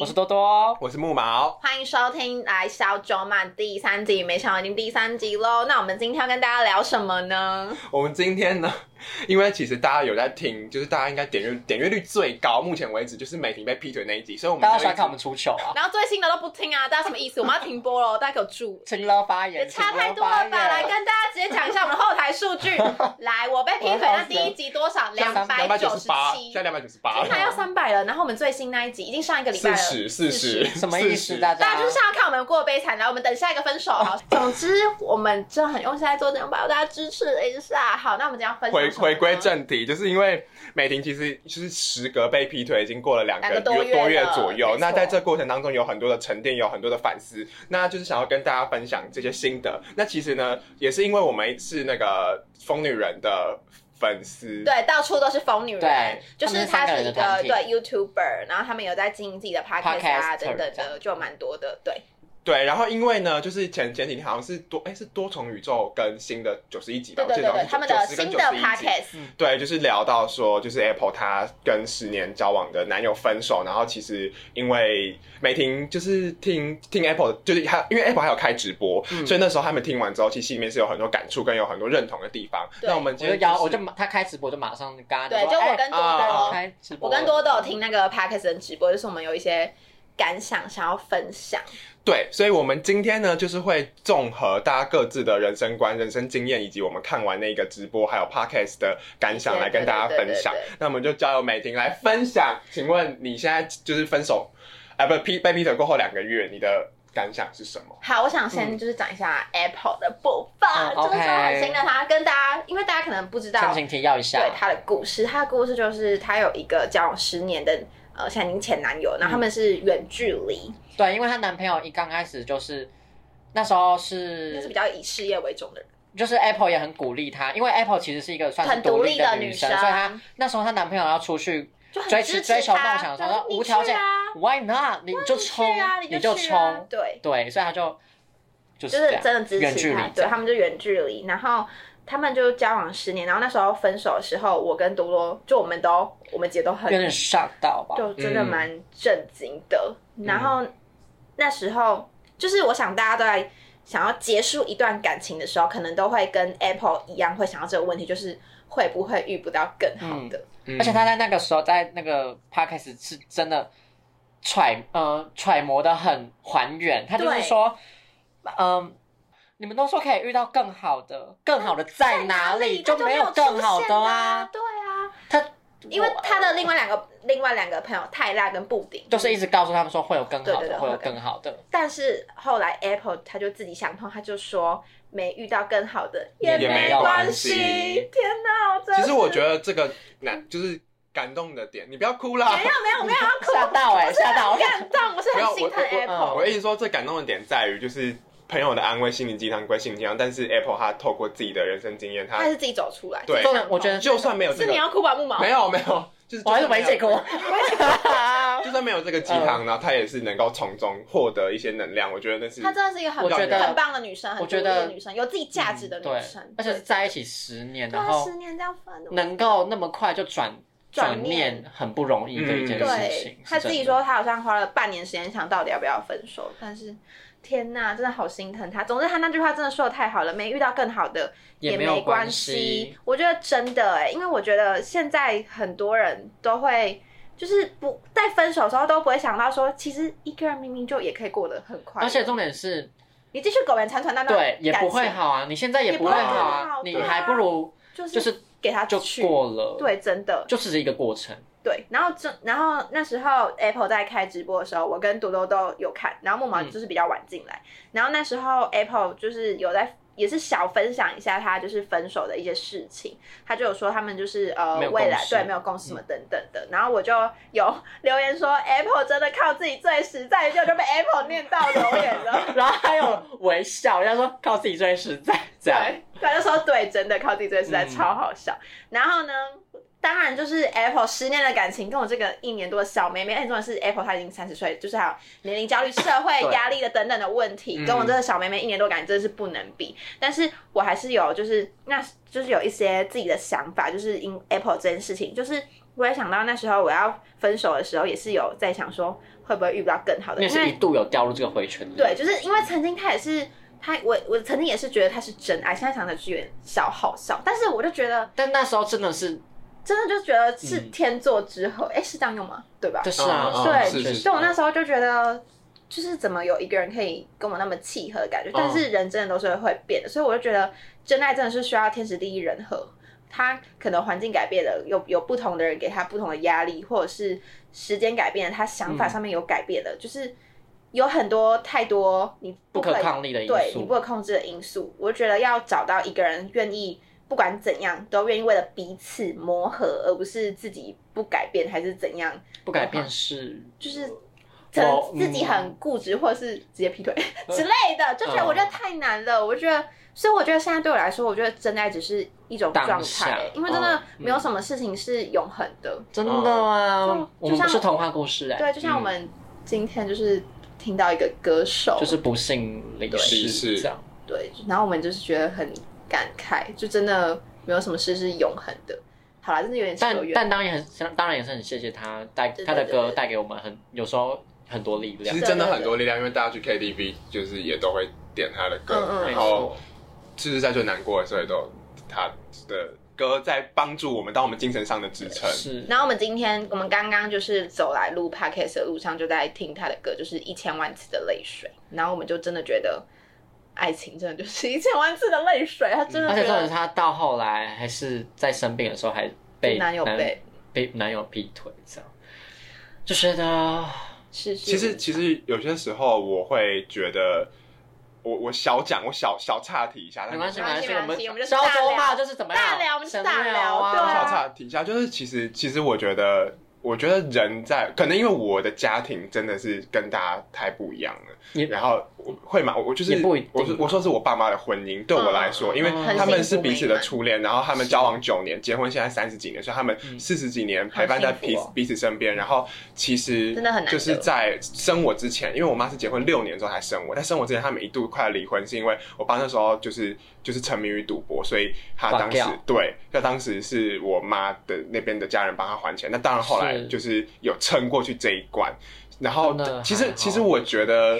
我是多多，我是木毛，欢迎收听《来小九满》第三集，没想到已经第三集喽。那我们今天要跟大家聊什么呢？我们今天呢， 因为其实大家有在听，就是大家应该点阅点阅率最高，目前为止就是美婷被劈腿那一集，所以我们大家就喜欢一直看我们出糗啊，然后最新的都不听啊，大家什么意思？我们要停播了，大家给我住！请了发也言，差太请多发了言吧？来跟大大家直接讲一下我们的后台数 据。来，我被劈腿那第一集多少？两两百百九九十十八，七现，在两百九十八现在要三百了。然后我们最新那一集已经上一个礼拜四了，十四十，什么意思？大家？大家家就是想要看我们过得悲惨，来，我们等下一个分 手。好总之，我们真的很用心在做这种，拜托大家支持一下。好，那我们今天要分享回什么呢回归正题，就是因为美婷其实就是时隔被劈腿已经过了两个两个多多月了月左右没错，那在这过程当中有很多的沉淀，有很多的反思，那就是想要跟大家分享这些心得。那其实呢，也是因为我们是那个疯女人的粉丝，对，到处都是疯女人对，就是他她们是三个人是的一团个体对 YouTuber，然后他们有在经营自己的 podcast 啊 Podcaster 等等这样的，就蛮多的。对，对，然后因为呢，就是前前几天好像是多哎是多重宇宙跟新的九十一集吧，对对对对，他们的新的 podcast，嗯 podcast，对，就是聊到说，就是 Apple 她跟十年交往的男友分手，然后其实因为梅婷就是听听 Apple，的就是她因为 Apple 还有开直播，嗯所以那时候他们听完之后，其实心里面是有很多感触跟有很多认同的地方。对那我们我今就天摇，我是就马他开直播就马上跟他对，说就我哎跟多啊啊多，开直播，我跟多多有听那个 podcast 的直播，就是我们有一些感想想要分享。对，所以我们今天呢，就是会综合大家各自的人生观、人生经验，以及我们看完那个直播还有 podcast 的感想，对来跟大家对对分对享对对。那我们就交由美婷来分享。请问你现在就是分手，啊、不劈被劈腿过后两个月，你的感想是什么？好，我想先就是讲一下 Apple 的部分，嗯就是 OK 说很新的他跟大家，因为大家可能不知道先，请提要一下，对他的故事，他的故事就是他有一个交往十年的呃，现在已经前男友，然后他们是远距离，对，因为她男朋友一刚开始就是那时候就是比是较以事业为重的人。就是 Apple 也很鼓励她，因为 Apple 其实是一个算是很独立立的的女生，生所以她那时候她男朋友要出去就很追支持追求他梦想的时候，就是她你无条件去啊， ，Why not？你就冲去啊，，你就去啊冲，对，对，所以她就就就是是这样真的支远距持他离，这对样他们就远距离，然后他们就交往十年，然后那时候分手的时候，我跟多多就我们都我们姐都很有点 shock 到吧？就真的嗯蛮震惊的。嗯然后那时候就是我想大家都在想要结束一段感情的时候，可能都会跟 Apple 一样会想到这个问题，就是会不会遇不到更好的？嗯而且他在那个时候，在那个 podcast 是真的揣呃揣摩的很还原，他就是对说，嗯、你们都说可以遇到更好的，更好的在哪里他就就没有有更好出的现啊？对啊，他因为我他的另外两个另外两个朋友泰辣跟布丁，就是一直告诉他们说会有更好对对的，对会会有有更好的，但是后来 Apple 他就自己想通，他就说没遇到更好的也没没有关关系天哪，我真的其实我是觉得这个难，就是感动的点，你不要哭啦没。有没有没有要哭，吓到哎、我是啊吓到很我！感动，我是没有很心疼我我 Apple。我一直说最感动的点在于，就是朋友的安慰心灵鸡汤归心灵鸡汤，但是 Apple 他透过自己的人生经验，他他是自己走出来。对自己这想个我觉得就算没有这是个你，要哭吧，木毛。 没有没有，就是我还是就算没没有结果，就算没有这个鸡嗯汤，然后他也是能够从中获得一些能量，我觉得那是她真的是一个很我觉得很棒的女生，很我觉独立得的女生，有自己 价值的女嗯对生，，而且是对在一起十年，对然啊后十年这样分，能够那么快就转转转念，很不容易的一件嗯事情对。，她自己是真的说她好像花了半年时间想到底要不要分手，但是天呐，真的好心疼她。总之，她那句话真的说的太好了，没遇到更好的也没有没关关系系。。我觉得真的哎、因为我觉得现在很多人都会。就是不在分手的时候都不会想到说，其实一个人明明就也可以过得很快乐，而且重点是，你继续苟延残喘那段对，也感不会情，好啊，你现在也不会好也不会啊好，你对啊还不如就是就是给他就去。过了，，对，真的就是一个过程。对。然后这，然后那时候 Apple 在开直播的时候，我跟多多都有看，然后木毛嗯就是比较晚进来，然后那时候 Apple 就是有在。也是小分享一下他就是分手的一些事情，他就有说他们就是呃没有未来共识嗯对没有共识什么等等的，然后我就有留言说 Apple 真的靠自己最实在，结果就被 Apple 念到留言了。然后还有微笑，人家说靠自己最实在，这样对，他就说对，真的靠自己最实在，嗯超好笑。然后呢，当然就是 Apple 十年的感情跟我这个一年多的小妹妹，哎很重要是 Apple 她已经三十岁，就是还有年龄焦虑、社会对嗯压力的等等的问题，跟我这个小妹妹一年多感情真的是不能比。但是我还是有，就是那就是有一些自己的想法，就是因 Apple 这件事情，就是我也想到那时候我要分手的时候，也是有在想说，会不会遇不到更好因的？为因是一为度有掉入这个回圈。对，，就是因为曾经他也是他，我我曾经也是觉得他是真爱，现在想想是有点小好笑，但是我就觉得但那时候真的是，真的就觉得是嗯天作之合，哎、是这样用吗？对吧？就是啊，嗯嗯对是是是所以我那时候就觉得，就是怎么有一个人可以跟我那么契合的感觉？但是人真的都是会变的，所以我就觉得真爱真的是需要天时地利人和。他可能环境改变了，有有不同的人给他不同的压力，或者是时间改变了，他想法上面有改变了，就是有很多太多你不可抗力的因对你不素。可控制的因素。我觉得要找到一个人愿意，不管怎样都愿意为了彼此磨合，而不是自己不改变还是怎样，不改变是，就是可能自嗯己很固执，或者是直接劈腿之类的，就觉得我觉得太难了。我觉得，所以我觉得现在对我来说，我觉得真爱只是一种当状下嗯态，因为真的没有什么事情是永恒的。真的啊嗯，我们就像不是童话故事哎，对，就像我们今天就是听到一个歌手，就是不幸离世是是这样。对，然后我们就是觉得很感慨，就真的没有什么事是永恒的。好啦，真的有点但扯远。但当然很，当然也是很谢谢他带对对他的对歌对带给我们很有时候很多力其量实。真的很多力量，因为大家去 KTV 就是也都会点他的歌，嗯嗯没然后错，就是在最难过的时候，也都有他的歌在帮助我们，当我们精神上的支撑。是然后我们今天，我们刚刚就是走来录 podcast 的路上，就在听他的歌，就是一千万次的泪水。然后我们就真的觉得，爱情真的就是一千万次的泪水，他真的嗯而且觉真的，得他到后来还是在生病的时候还被男友被被男友劈腿，这样就觉得啊是是其实，其实有些时候我会觉得，我我小讲，我小小岔题一下，但没关系，没关系系，我没关系我们们就小大周聊嘛，就是怎么样大聊我们就深大聊啊，对啊小岔提一下，就是其实其实我觉得，我觉得人在可能因为我的家庭真的是跟大家太不一样了也，然后我会嘛，我我就是也不一定我是我说是我爸妈的婚姻对我来说，嗯因为嗯他很们幸是福彼此美的满初恋，然后他们是交往九年，结婚现在三十几年，所以他们嗯四十几年好陪伴在彼幸福此哦彼此身边，然后其实真的很难就是得在生我之前，因为我妈是结婚六年之后才生我，在生我之前他们一度快要离婚，是因为我爸那时候就是就是沉迷于赌博，所以他垮当时掉对，那当时是我妈的那边的家人帮她还钱，那当然后来是就是有撑过去这一关。然后真的其还实好其实我觉得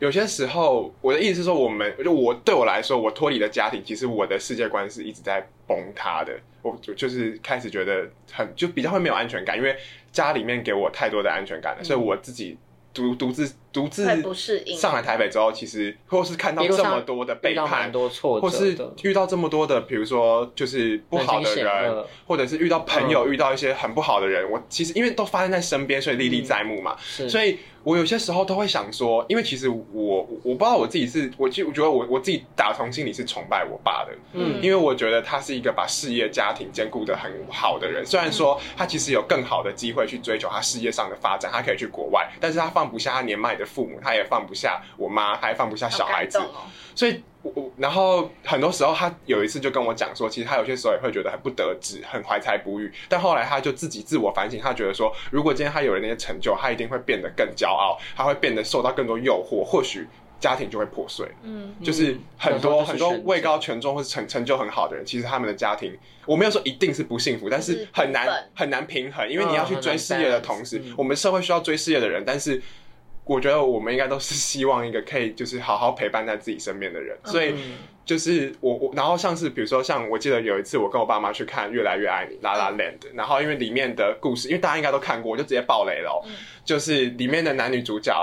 有些时候，我的意思是说，我们就我对我来说，我脱离了家庭，其实我的世界观是一直在崩塌的。我就就是开始觉得很就比较会没有安全感，因为家里面给我太多的安全嗯感了，所以我自己独独自独自会不适应上来台北之后，其实或是看到一路这上么多的背遇到叛蛮，多挫或折是的，遇到这么多的，比如说就是不好的人心险嗯恶人，或者是遇到朋友遇到一些很不好的人，我其实因为都发生在身边，所以历嗯历在目嘛。是所以我有些时候都会想说，因为其实我我我不知道我自己是，我就我觉得我我自己打从心里是崇拜我爸的，嗯因为我觉得他是一个把事业、家庭兼顾的很好的人。虽然嗯说他其实有更好的机会去追求他事业上的发展，他可以去国外，但是他放不下他年迈的父母，他也放不下我妈，他也放不下小孩子好感。动哦所以我我然后很多时候他有一次就跟我讲说，其实他有些时候也会觉得很不得志，很怀才不遇。但后来他就自己自我反省，他觉得说，如果今天他有了那些成就，他一定会变得更骄傲，他会变得受到更多诱惑，或许家庭就会破碎。嗯，就是很有时候多、就是很多选择位高权重或是成成就很好的人，其实他们的家庭，我没有说一定是不幸福，但就是是很难部分很难平衡，因为嗯你要去很追难事业的 balance，同时，嗯我们社会需要追事业的人，但是我觉得我们应该都是希望一个可以就是好好陪伴在自己身边的人，所以。嗯就是我我，然后像是比如说像我记得有一次我跟我爸妈去看《越来越爱你》La La Land，然后因为里面的故事，因为大家应该都看过，我就直接爆雷了哦、嗯就是里面的男女主角，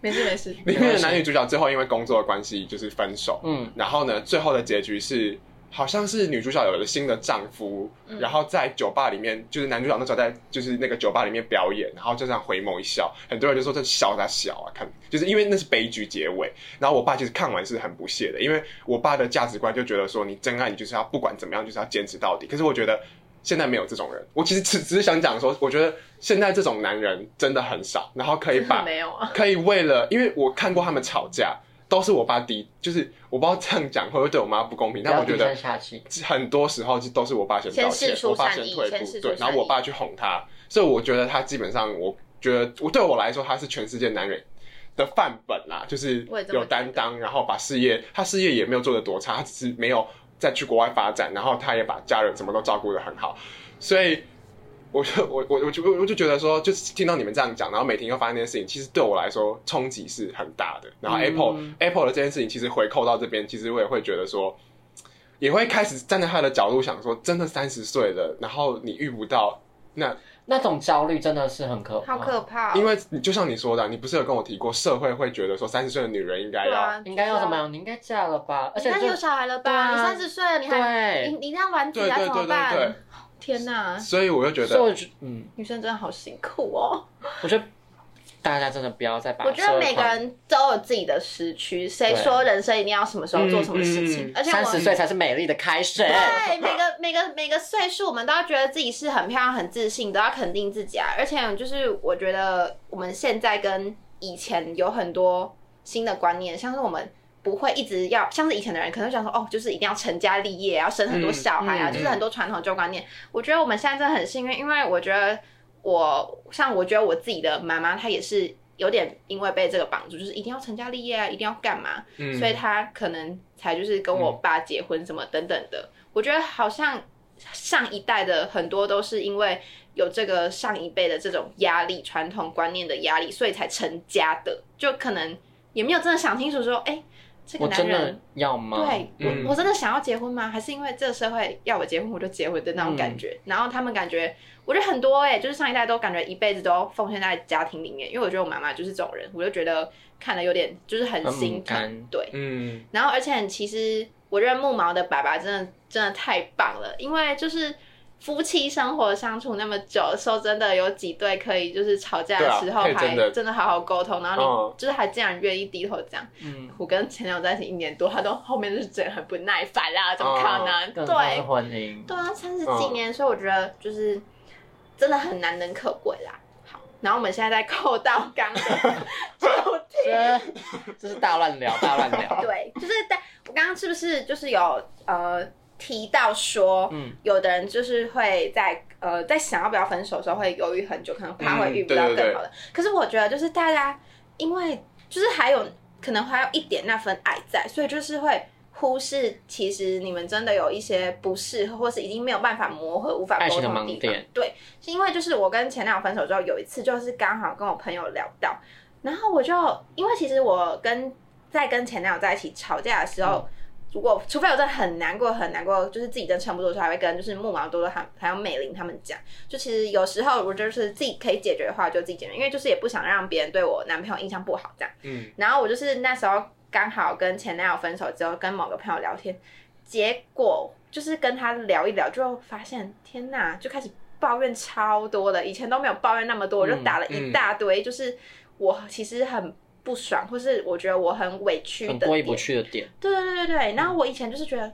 没事没事，里面的男女主角最后因为工作的关系就是分手，嗯，然后呢，最后的结局是好像是女主角有了新的丈夫，嗯然后在酒吧里面，就是男主角那时候在就是那个酒吧里面表演，然后就这样回眸一笑，很多人就说这笑啥笑啊，看就是因为那是悲剧结尾。然后我爸其实看完是很不屑的，因为我爸的价值观就觉得说你真爱你就是要不管怎么样就是要坚持到底，可是我觉得。现在没有这种人，我其实只只是想讲说，我觉得现在这种男人真的很少，然后可以把没有啊，可以为了，因为我看过他们吵架，都是我爸第，就是我不知道这样讲会不会对我妈不公平，不但要我觉低得声下气，很多时候都是我爸先道先歉示，出我爸善先意退先示出步，对，然后我爸去哄他，所以我觉得他基本上，我觉得我对我来说，他是全世界男人。的范本啦，就是我也这么有担当，然后把事业，他事业也没有做的多差，他只是没有再去国外发展，然后他也把家人什么都照顾的很好，所以我就我我我就我就觉得说，就是听到你们这样讲，然后每天又发生这件事情，其实对我来说冲击是很大的。然后嗯 Apple、Apple 的这件事情，其实回扣到这边，其实我也会觉得说，也会开始站在他的角度想说，真的三十岁了，然后你遇不到，那那种焦虑真的是很可怕，好可怕、哦，因为你就像你说的，啊你不是有跟我提过，社会会觉得说三十岁的女人应该对要、啊，应该要怎么？样？你应该嫁了吧？而你且哎那就有小孩了对吧？啊你三十岁了，你还你对，你那样玩自对己对怎对么对对办？，天哪，所以我就觉所以得我觉嗯，女生真的好辛苦哦。我觉得大家真的不要再把我觉社得会每个框人都有自己的时区，谁说人生一定要什么时候做什么事嗯嗯情嗯？而且三我十岁才是美丽的开始。对，每个每个每个岁数，我们都要觉得自己是很漂亮、很自信，都要肯定自己啊。而且就是我觉得我们现在跟以前有很多新的观念，像是我们。不会一直要像是以前的人，可能会想说哦，就是一定要成家立业，要生很多小孩啊，嗯嗯就是很多传统旧观念。我觉得我们现在真的很幸运，因为我觉得我像我觉得我自己的妈妈，她也是有点因为被这个绑住，就是一定要成家立业啊，一定要干嘛。嗯，所以他可能才就是跟我爸结婚什么等等的。我觉得好像上一代的很多都是因为有这个上一辈的这种压力、传统观念的压力，所以才成家的，就可能也没有真的想清楚说，哎、这个我男真的人。要吗？对，我、嗯我真的想要结婚吗？还是因为这个社会要我结婚我就结婚的那种感觉？然后他们感觉，我觉得很多哎、就是上一代都感觉一辈子都奉献在家庭里面，因为我觉得我妈妈就是这种人，我就觉得看了有点就是很很心母疼干，对，嗯然后而且其实我认木毛的爸爸真的真的太棒了，因为就是夫妻生活相处那么久，说真的有几对可以就是吵架对的啊时候可以还真的真的好好沟通，然后嗯你就是还竟然愿意低头这样。嗯，我跟前男友在一起一年多，他都后面就是真的很不耐烦啦，怎么哦可能？更何况是对婚姻。对啊，三十几年，所以我觉得就是真的很难能可贵啦。好，然后我们现在在扣到刚的 主题。这这是大乱聊，大乱聊。对，就是但我刚刚是不是就是有呃提到说，嗯有的人就是会在呃在想要不要分手的时候会犹豫很久，可能怕会嗯遇不到对对更对好的。可是我觉得就是大家因为就是还有可能还有一点那份爱在，所以就是会。忽视其实你们真的有一些不适合，或是已经没有办法磨合、无法爱沟情的通盲地方点。对，是因为就是我跟前男友分手之后，有一次就是刚好跟我朋友聊到，然后我就因为其实我跟在跟前男友在一起吵架的时候，嗯如果除非我真的很难过很难过，就是自己真的撑不住的时候，还会跟就是木毛多多还还有美玲他们讲，就其实有时候我就是自己可以解决的话就自己解决，因为就是也不想让别人对我男朋友印象不好这样。嗯，然后我就是那时候刚好跟前男友分手之后，跟某个朋友聊天，结果就是跟他聊一聊，就发现天哪，就开始抱怨超多的，以前都没有抱怨那么多，我就嗯打了一大堆，就是我其实很不爽，或是我觉得我很委屈很的过意点，不去的点，对对对对对。然后我以前就是觉得，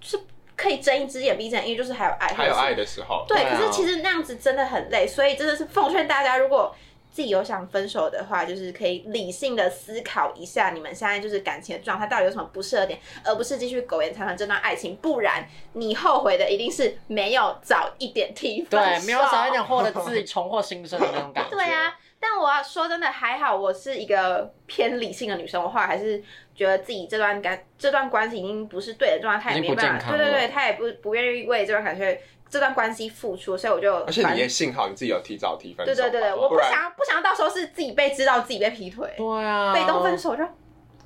就是可以睁一只眼闭一只眼，因为就是还有爱，还或者有是爱的时候，对，对啊可是其实那样子真的很累，所以真的是奉劝大家，如果自己有想分手的话，就是可以理性的思考一下，你们现在就是感情的状态到底有什么不适合点，而不是继续苟延残喘这段爱情，不然你后悔的一定是没有早一点提分对，手，没有早一点获得 自己重获新生的那种感觉。对啊，，但我要说真的，还好我是一个偏理性的女生，我后来还是觉得自己这段感这段关系已经不是对的状态，她也已经没不健办法，康对了对对，她也不不愿意为这段感觉这段关系付出，所以我就而且反你也幸好你自己有提早提分手对吧，对对对，我不然想不想到时候是自己被知道自己被劈腿，对哦啊，，被动分手就。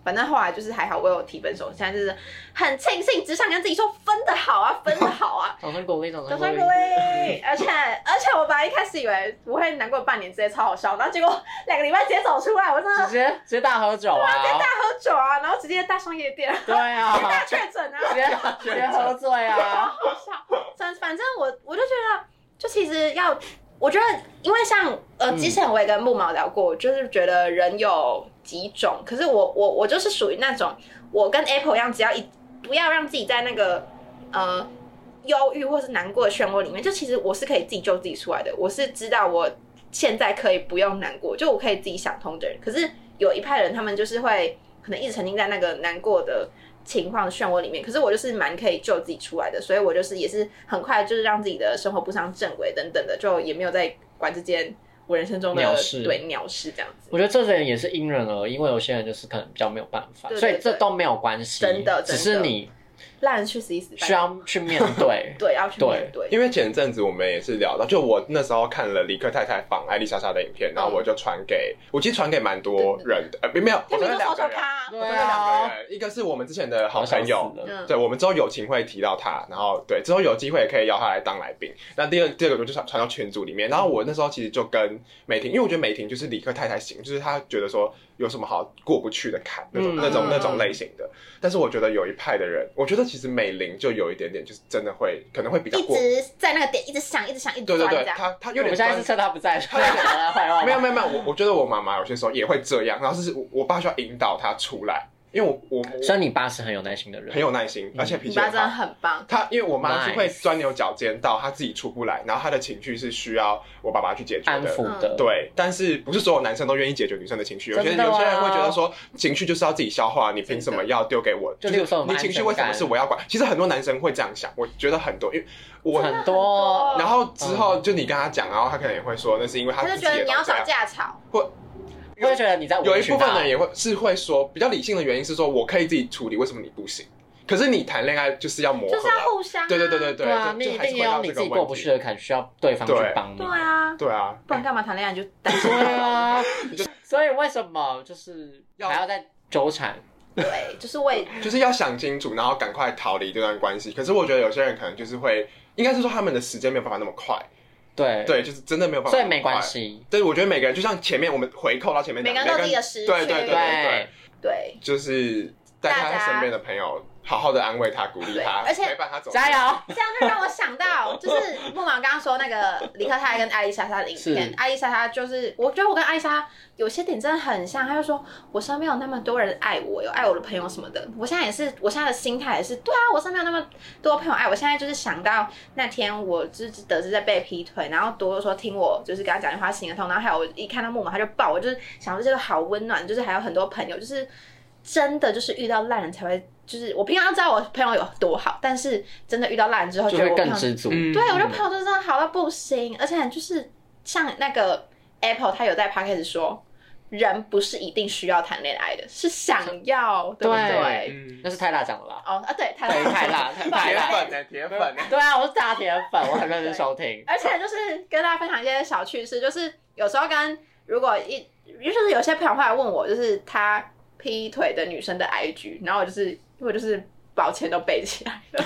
反正后来就是还好，我有提分手，现在就是很庆幸，只想跟自己说分的好啊，分的好啊 掌声鼓励，掌掌声声鼓鼓励。励。而且而且我本来一开始以为我会难过半年，直接超好笑，然后结果两个礼拜直接走出来，我真的直接直接大喝酒啊！喝酒啊，然后直接大上夜店，对啊 大，确诊啊， 直接直接喝醉啊！好笑。反反正我我就觉得，就其实要，我觉得，因为像呃，嗯之前我也跟木毛聊过，我就是觉得人有几种，可是我我我就是属于那种，我跟 Apple 一样，只要一不要让自己在那个呃忧郁或是难过的漩涡里面，就其实我是可以自己救自己出来的，我是知道我现在可以不用难过，就我可以自己想通的人。可是有一派人，他们就是会可能一直沉浸在那个难过的情况漩涡里面。可是我就是蛮可以救自己出来的，所以我就是也是很快就是让自己的生活步上正轨等等的，就也没有在管这件我人生中的鸟事对鸟事这样子。我觉得这点也是因人而异，因为有些人就是可能比较没有办法，对对所以对这都没有关系，真的真的只是你烂人去死一死吧，。需要去面对对要去对面对，因为前阵子我们也是聊到，就我那时候看了李克太太访艾丽莎莎的影片，然后我就传给，我其实传给蛮多人的，呃，没有，我那传你给就两说说个人，他，对我传给两啊个，人，一个是我们之前的 好好想朋死友，了。嗯对，我们之后友情会提到他，然后对，之后有机会也可以邀他来当来宾。那第二第二个我就传传到群组里面，然后我那时候其实就跟美婷，因为我觉得美婷就是理科太太型，就是她觉得说有什么好过不去的坎那种、嗯那种嗯那种类型的。但是我觉得有一派的人，我觉得其实美玲就有一点点，就是真的会可能会比较一过，直在那个点一直想，一直想，一直对钻对这对，样。她她有我点们现在专是趁他不在，所以讲 他坏话。没有没有没有，我我觉得我妈妈有些时候也会这样，然后是我我爸需要引导她出来，因为我我所我以你爸是很有耐心的人，很有耐心，嗯而且脾你气爸很真好的。很棒，他因为我妈是 Nice 会钻牛角尖到她自己出不来，然后她的情绪是需要我爸爸去解决安的。抚的。对，但是不是所有男生都愿意解决女生的情绪？有些真的啊有些人会觉得说，情绪就是要自己消化，你凭什么要丢给我？就例是如说我们你情绪为什么是我要管？其实很多男生会这样想，我觉得很多，因为我。很多然后之后就你跟他讲，然后他可能也会说，那是因为他他就自己觉得也你都要这找样架吵，我会觉得你在有一委屈部分他人也会是会说，比较理性的原因是说，我可以自己处理，为什么你不行？可是你谈恋爱就是要磨合啊，就是要互相、啊。对对对对对对啊，就你就一还是定回到要你这个自己问过不题去的坎，需要对方去对帮你对。啊，对啊，不然干嘛谈恋爱你就单身？对啊，所以为什么就是要还要再纠缠？ 对，就是为就是要想清楚，然后赶快逃离这段关系。可是我觉得有些人可能就是会，应该是说他们的时间没有办法那么快，对，对，就是真的没有办法，所以没关。系。对，我觉得每个人就像前面我们回扣到前面讲，每个人都有自己的时区对对对对，对就是在大他家身边的朋友好好的安慰他、鼓励他，对而且陪伴他走。加油！这样就让我想 到，就是木马刚刚说那个李克泰跟艾丽莎莎的影片是，艾丽莎莎就是，我觉得我跟艾丽莎有些点真的很像。她就说，我身边有那么多人爱我，有爱我的朋友什么的。我现在也是，我现在的心态也是，对啊，我身边有那么多朋友爱我。现在就是想到那天我就是得知在被劈腿，然后多多说听我就是跟他讲电话心很痛，然后还有我一看到木马他就抱我，就是想到这个好温暖，就是还有很多朋友，就是真的就是遇到烂人才会。就是我平常知道我朋友有多好，但是真的遇到烂人之后，就觉得会我朋更友知足。嗯对，我觉得朋友就真的好到不行，而且就是像那个 Apple，他有在 p o d c a s 说，人不是一定需要谈恋爱的，是想要，对不对对？嗯那是泰拉讲的啦，哦啊，对，太对，泰拉，泰铁拉。粉呢？铁粉欸呢？对啊，我是大铁粉，我很认真收听。而且就是跟大家分享一些小趣事，就是有时候跟如果一就是有些朋友会来问我，就是他劈腿的女生的 IG，然后我就是我就是把我钱都背起来了，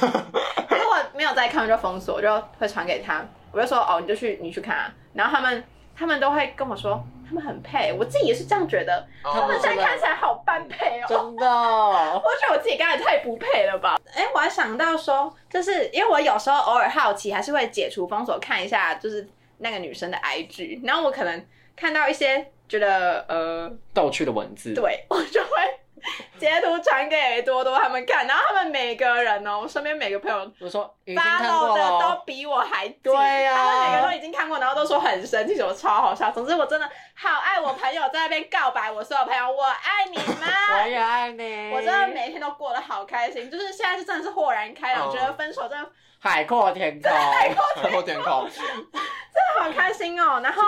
可是我没有在看，我就封锁，我就会传给他，我就说哦，你就去你去看啊，然后他们他们都会跟我说。他们很配，我自己也是这样觉得。他他们现在看起来好般配哦、 真的，我觉得我自己刚才太不配了吧？哎、我还想到说，就是因为我有时候偶尔好奇，还是会解除封锁看一下，就是那个女生的 IG，然后我可能看到一些觉得呃，逗趣的文字，对我就会截图传给多多他们看，然后他们每个人哦、我身边每个朋友。我说已经发看过漏的了都哦，比我还紧对啊他们每个都已经看过，然后都说很生气，什么超好笑。总之我真的好爱我朋友在那边告白，我所有朋友，我爱你 们我。也爱你。我真的每天都过得好开心，就是现在是真的是豁然开朗，哦嗯觉得分手真的海阔天空，很后天空， 真的好开心哦。然后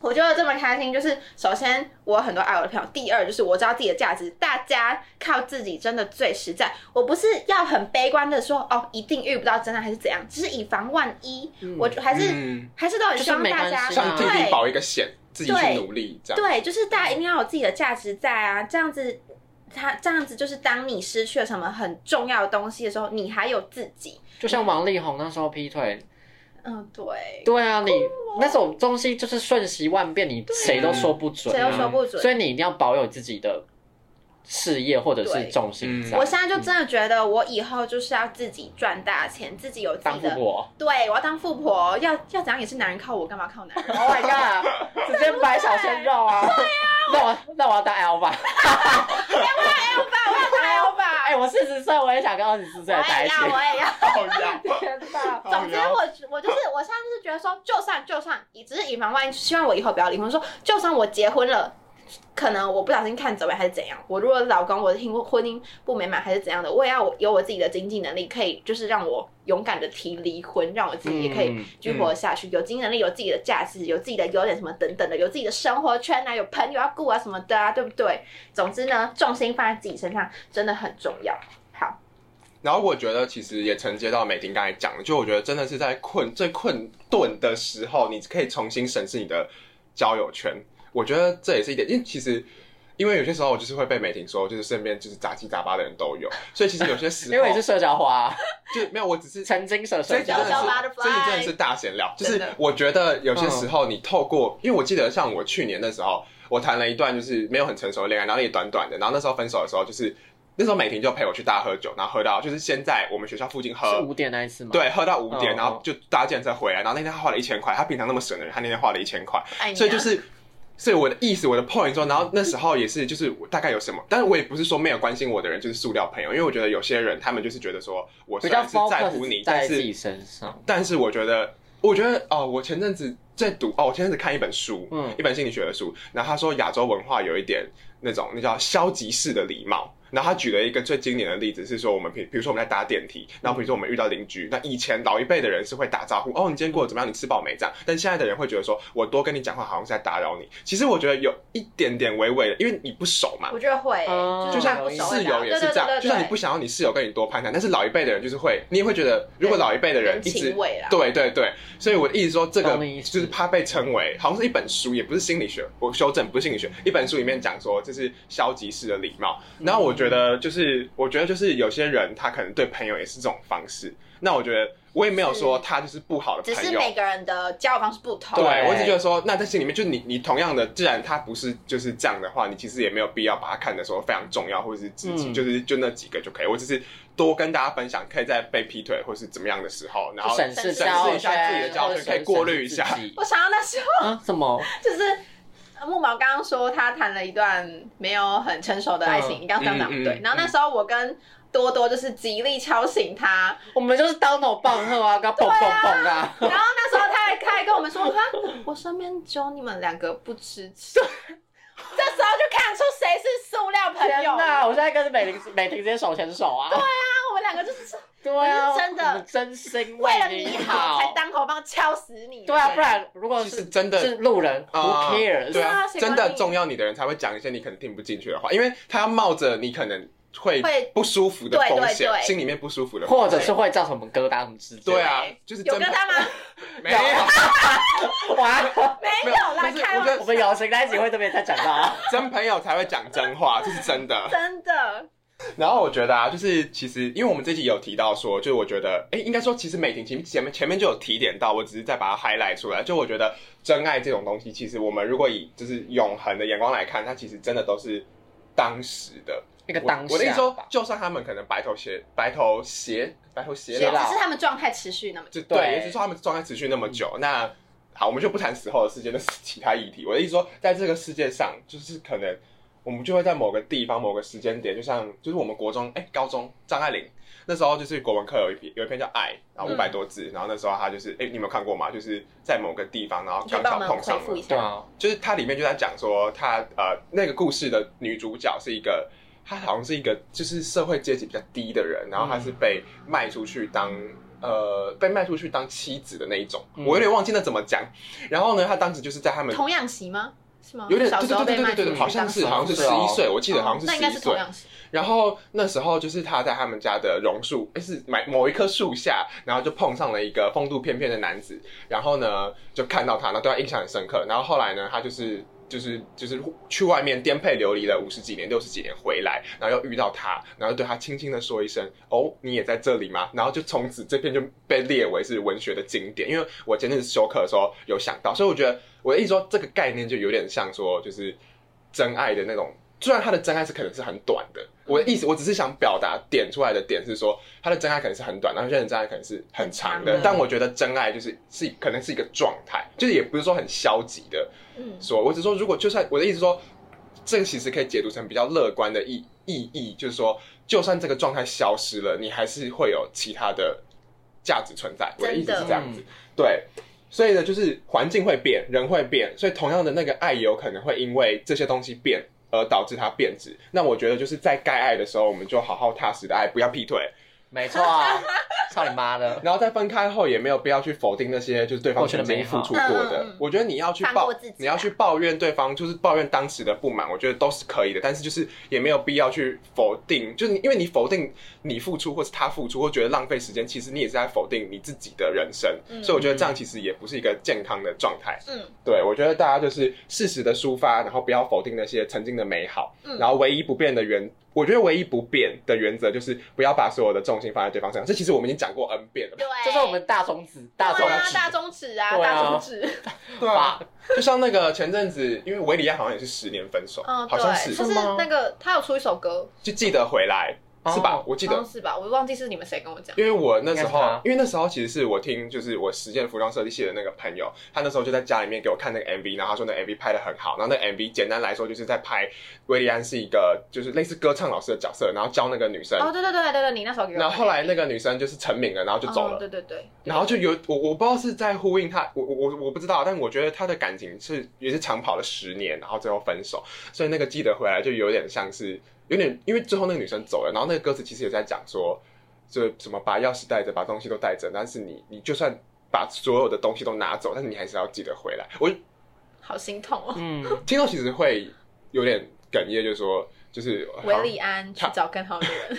我就这么开心，就是首先我有很多爱我的朋友，第二就是我知道自己的价值，大家靠自己真的最实在。我不是要很悲观的说哦，一定遇不到真爱还是怎样，只是以防万一，嗯我还是、嗯还是都很希望就是没大家关系啊像嗯自己对保一个险，自己去对努力这样。对，就是大家一定要有自己的价值在啊，这样子，他这样子就是当你失去了什么很重要的东西的时候，你还有自己。就像王力宏那时候劈腿，嗯，对，对啊，你哦那种东西就是瞬息万变，你谁都说不准谁啊，都说不准。所以你一定要保有自己的事业或者是重心对在。我现在就真的觉得，我以后就是要自己赚大钱，自己有自当己哦富的。婆对，我要当富婆，要要怎样也是男人靠我，干嘛靠男人？ ，Oh my god，直接摆小鲜肉 啊！ 那我那我要当 L 吧，哎，我爸，我要当 L 吧， 哎，我四十岁我也想跟二十四我岁的在也一起要，。我也要。好 呀，天哪！总之我，我就是我现在就是觉得说，就算就算，以只是以防万一，希望我以后不要离婚。说，就算我结婚了，可能我不小心看走眼还是怎样，我如果老公我的婚婚姻不美满还是怎样的，我也要我有我自己的经济能力，可以就是让我勇敢的提离婚，让我自己也可以嗯继续活下去，有经济能力，有自己的价值，有自己的优点什么等等的，有自己的生活圈啊，有朋友要顾啊什么的啊，对不对？总之呢，重心放在自己身上真的很重要。好，然后我觉得其实也承接到美婷刚才讲的，就我觉得真的是在困最困顿的时候，你可以重新审视你的交友圈。我觉得这也是一点，因为其实因为有些时候我就是会被美婷说，就是身边就是杂七杂八的人都有，所以其实有些时 候因为你是社交花、就没有，我只是曾经社所以社真交的是，花交，butterfly 所以真的是大闲聊。就真是的我觉得有些时候你透过，因为我记得像我去年的时候，我谈了一段就是没有很成熟的恋爱，然后也短短的，然后那时候分手的时候，就是那时候美婷就陪我去大喝酒，然后喝到就是先在我们学校附近是喝。五点那一次吗？，对，喝到五点，嗯然后就搭建车回来，然后那天他花了一千块，他平常那么省的人，他那天花了一千块，爱哎你啊所以就是，所以我的意思，我的 point 说，然后那时候也是，就是我大概有什么，但是我也不是说没有关心我的人就是塑料朋友，因为我觉得有些人他们就是觉得说我比虽较然是 focus 在乎你，但在自是己身上。但是我觉得，我觉得哦，我前阵子在读哦，我前阵子看一本书，嗯一本心理学的书，然后他说亚洲文化有一点那种那叫消极式的礼貌。然后他举了一个最经典的例子是说，我们比比如说我们在搭电梯，然后比如说我们遇到邻嗯居，那以前老一辈的人是会打招呼，哦，你今天过得怎么样？你吃饱没？这样，但现在的人会觉得说，我多跟你讲话好像是在打扰你。其实我觉得有一点点微微的，因为你不熟嘛，我觉得会，嗯就哦就是蛮像不熟的室友也是这对对样，对对对就像你不想要你室友跟你多攀谈，但是老一辈的人就是会，你也会觉得，如果老一辈的人人一直情味啦，对对对，所以我的意思说，这个懂你意思就是怕被称为好像是一本书，也不是心理学，我修正不是心理学，一本书里面讲说这是消极式的礼貌。然后我觉得就是，我觉得就是有些人他可能对朋友也是这种方式。那我觉得我也没有说他就是不好的只朋是友。每个人的交友方式不同。啊对，对我只觉得说，那在心里面，就是你，你同样的，既然他不是就是这样的话，你其实也没有必要把它看的说非常重要，或者是知己，嗯就是就那几个就可以。我只是多跟大家分享，可以在被劈腿或是怎么样的时候，然后审视审交视一下自己的交友圈圈，可以过滤一下审视自己我想到那时候啊？怎么？就是。呃木毛刚刚说他谈了一段没有很成熟的爱情，嗯你刚刚讲嗯嗯不对嗯。然后那时候我跟多多就是极力敲醒他，我们就是当那种棒喝啊，跟蹦蹦蹦 啊，然后那时候他还他还跟我们说，哈，我身边只有你们两个不吃吃。这时候就看出谁是塑料朋天友哪！了。我现在跟美婷美婷直接手牵手啊，那我们两个就是对啊，我是真的我们真心为了你你好才当头棒敲死你。对啊，不然如果其是实真的是路人啊，Who cares？对对啊啊，谁管真的你重要你的人才会讲一些你可能听不进去的话，因为他要冒着你可能会会不舒服的对对风险，对心里面不舒服的风险，或者是会造成我们疙瘩什么之类的。对啊，就是有真跟他吗？没有， 哇，没没有有啦，但是开我觉玩得我们友情那一集会这边再讲到啊。真朋友才会讲真话，这是 真的。真的，然后我觉得啊，就是其实因为我们这集有提到说，就是我觉得，哎，应该说其实美婷前前面前面就有提点到，我只是再把它 highlight 出来。就我觉得真爱这种东西，其实我们如果以就是永恒的眼光来看，它其实真的都是当时的。那个我当下，我的意思说，就算他们可能白头偕白头偕白头偕偕老老，只是他们状态持续那么久。就对，对也就是说他们状态持续那么久，那好，我们就不谈死后的事件，那是其他议题。我的意思说，在这个世界上，就是可能我们就会在某个地方、某个时间点，就像就是我们国中哎、高中张爱玲那时候就是国文课有一篇有一篇叫《爱》，然后五百多字，然后那时候她就是哎、你有没有看过吗？就是在某个地方，然后你可以刚帮我好们碰上回了复一，对下，啊，就是它里面就在讲说，她呃那个故事的女主角是一个，她好像是一个就是社会阶级比较低的人，然后她是嗯被卖出去当呃被卖出去当妻子的那一种，嗯我有点忘记那怎么讲。然后呢，她当时就是在他们童养媳吗？是吗？有点小对时对候对被对卖对对出对，去好像当是时好像是是十哦一岁，我记得好像是那应十该一是岁童。养媳。然后那时候就是她在他们家的榕树，诶是买某一棵树下，然后就碰上了一个风度翩翩的男子，然后呢就看到他，然后对他印象很深刻。然后后来呢，他就是就是就是去外面颠沛流离了五十几年、六十几年，回来，然后又遇到他，然后对他轻轻的说一声：“哦，你也在这里吗？”然后就从此这篇就被列为是文学的经典。因为我前阵子修课的时候有想到，所以我觉得我的意思说，这个概念就有点像说就是真爱的那种。虽然他的真爱是可能是很短的，我的意思，我只是想表达点出来的点是说，他的真爱可能是很短，然后有些人真爱可能是很长很的长的，但我觉得真爱就是是可能是一个状态，就是也不是说很消极的嗯，说，我只说如果就算我的意思说，这个其实可以解读成比较乐观的意意义，就是说，就算这个状态消失了，你还是会有其他的价值存在。我的意思是这样子，嗯对。所以呢，就是环境会变，人会变，所以同样的那个爱也有可能会因为这些东西变而导致它变质。那我觉得就是在该爱的时候，我们就好好踏实的爱，不要劈腿。没错啊，操你妈哎的！然后在分开后也没有必要去否定那些就是对方过去的曾经美好付出过的。嗯嗯嗯我觉得你要去放抱过自己啊，你要去抱怨对方，就是抱怨当时的不满，我觉得都是可以的。但是就是也没有必要去否定，就是你因为你否定你付出或是他付出，或觉得浪费时间，其实你也是在否定你自己的人生。嗯所以我觉得这样其实也不是一个健康的状态。嗯，对，我觉得大家就是适时的抒发，然后不要否定那些曾经的美好。嗯然后唯一不变的原，我觉得唯一不变的原则就是不要把所有的重心放在对方身上。这其实我们已经讲过 N 遍了。对，这是我们大种子，大种对啊子大中指啊，对啊大中指，对吧，就像那个前阵子，因为维里亚好像也是十年分手，嗯，好像对，是就是那个他有出一首歌，就记得回来是吧哦？我记好得像，是吧？我忘记是你们谁跟我讲，因为我那时应该是他候，因为那时候其实是我听就是我实践服装设计系的那个朋友，他那时候就在家里面给我看那个 MV，然后他说那 MV 拍的很好，然后那 MV 简单来说就是在拍维里安是一个就是类似歌唱老师的角色，然后教那个女生。哦，对对对对对，你那时候给我看，然后后来那个女生就是成名了，然后就走哦。了对对对，然后就有我我不知道是在呼应他，我我我我不知道，但我觉得他的感情是也是长跑了十年，然后最后分手，所以那个记得回来就有点像是有点，因为最后那个女生走了，然后那个歌词其实也在讲说，就什么把钥匙带着，把东西都带着，但是你你就算把所有的东西都拿走，但是你还是要记得回来。我好心痛哦。嗯，听到其实会有点哽咽，就是说就是 好维像里安去找更好的人，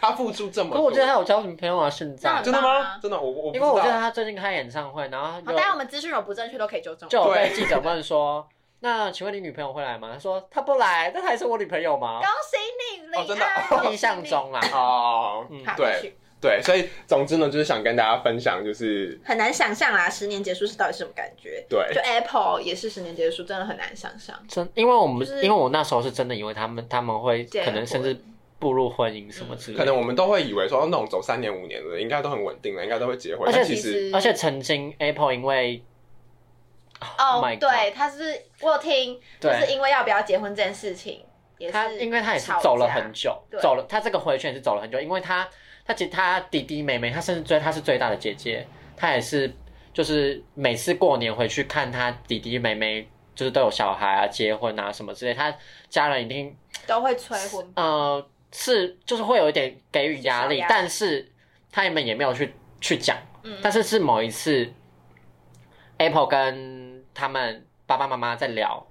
他付出这么啊可多，我觉得他有交女朋友啊，现在那，真的很棒啊吗？真的我我因不知为我觉得道，他最啊近开演唱会，然后好，就当然我们资讯有不正确都可以纠正。就有被对记者问说， 那请问你女朋友会来吗？他说她不来，但她还是我女朋友 吗恭？喜你，哦李真的安，恭喜你印象，中啦，哦，嗯好，对继续对，所以总之呢，就是想跟大家分享，就是很难想象啦，十年结束是到底是什么感觉？对就 Apple 也是十年结束，真的很难想象。真因为我们、就是因为我那时候是真的以为他们他们会结婚可能甚至步入婚姻什么之类可的，能我们都会以为说，哦那种走三年五年的，应该都很稳定了，应该都会结婚。而且但其实，而且曾经 Apple 因为哦 Oh my，God 对，他是我有听，就是对因为要不要结婚这件事情，也他是因为他也是吵架走了很久对，走了他这个回旋也是走了很久，因为他他其实他弟弟妹妹，他甚至追他是最大的姐姐，他也是就是每次过年回去看他弟弟妹妹。就是都有小孩啊、结婚啊什么之类，他家人一定都会催婚。呃，是就是会有一点给予压是力小压力，但是他们也没有去去讲。嗯但是是某一次，Apple 跟他们爸爸妈妈在聊，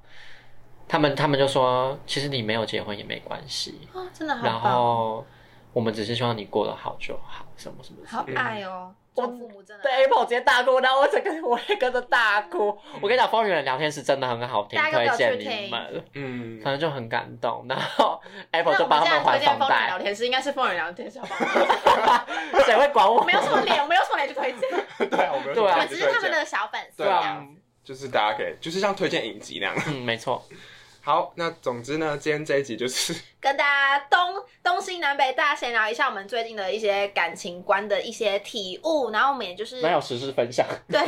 他们他们就说，其实你没有结婚也没关系，哦，真的然好棒，后我们只是希望你过得好就好，什么什么之好类的。爱哦，我做父母真的对 Apple 直接大哭，然后我整个我也跟着大哭。我跟你讲，风云人聊天是真的很好嗯听，大家推要不要荐去你听们，嗯反，正就很感动。然后 那 Apple 就我们帮这他样们推还荐房疯人贷聊，天室，应该是疯人聊天室好不好？ 谁会管我？没有什么脸，我没有什么脸去推荐， 对，我 们对我啊们只是他们的小粉丝这对样啊子。，就是大家可以，就是像推荐影集那样。嗯，没错，好，那总之呢，今天这一集就是跟大家东东西南北大家闲聊一下我们最近的一些感情观的一些体悟，然后我们也就是哪有实事分享？对，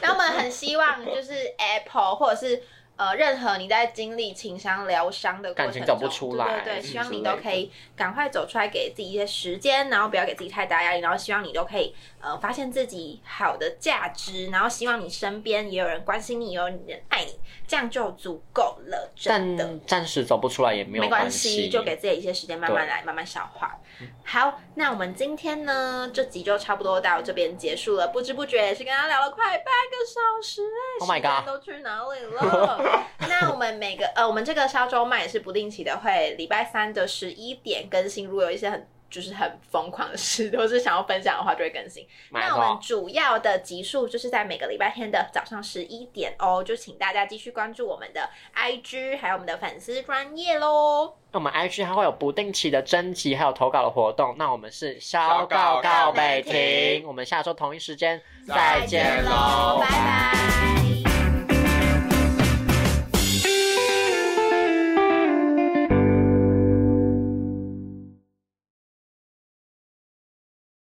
然后我们很希望就是 Apple 或者是呃任何你在经历情商疗伤的过程感情走不出来对对对，嗯希望你之类都的可以赶快走出来，给自己一些时间，然后不要给自己太大压力，然后希望你都可以呃发现自己好的价值，然后希望你身边也有人关心你，有人爱你，这样就足够了，真的。但暂时走不出来也没有没关系，嗯系，就给自己一些时间，慢慢来，慢慢消化。好，那我们今天呢，这集就差不多到这边结束了。不知不觉也是跟他聊了快半个小时哎 Oh my 时间 god 都去哪里 了？那我们每个呃，我们这个沙洲麦也是不定期的，会礼拜三的十一点更新。如果有一些很就是很疯狂的事，都是想要分享的话，就会更新。买那我们到主要的集数就是在每个礼拜天的早上十一点哦，就请大家继续关注我们的 IG，还有我们的粉丝专业喽。那我们 IG 还会有不定期的征集，还有投稿的活动。那我们是小小告告告告美美婷，婷我们下周同一时间再见见喽喽，拜拜。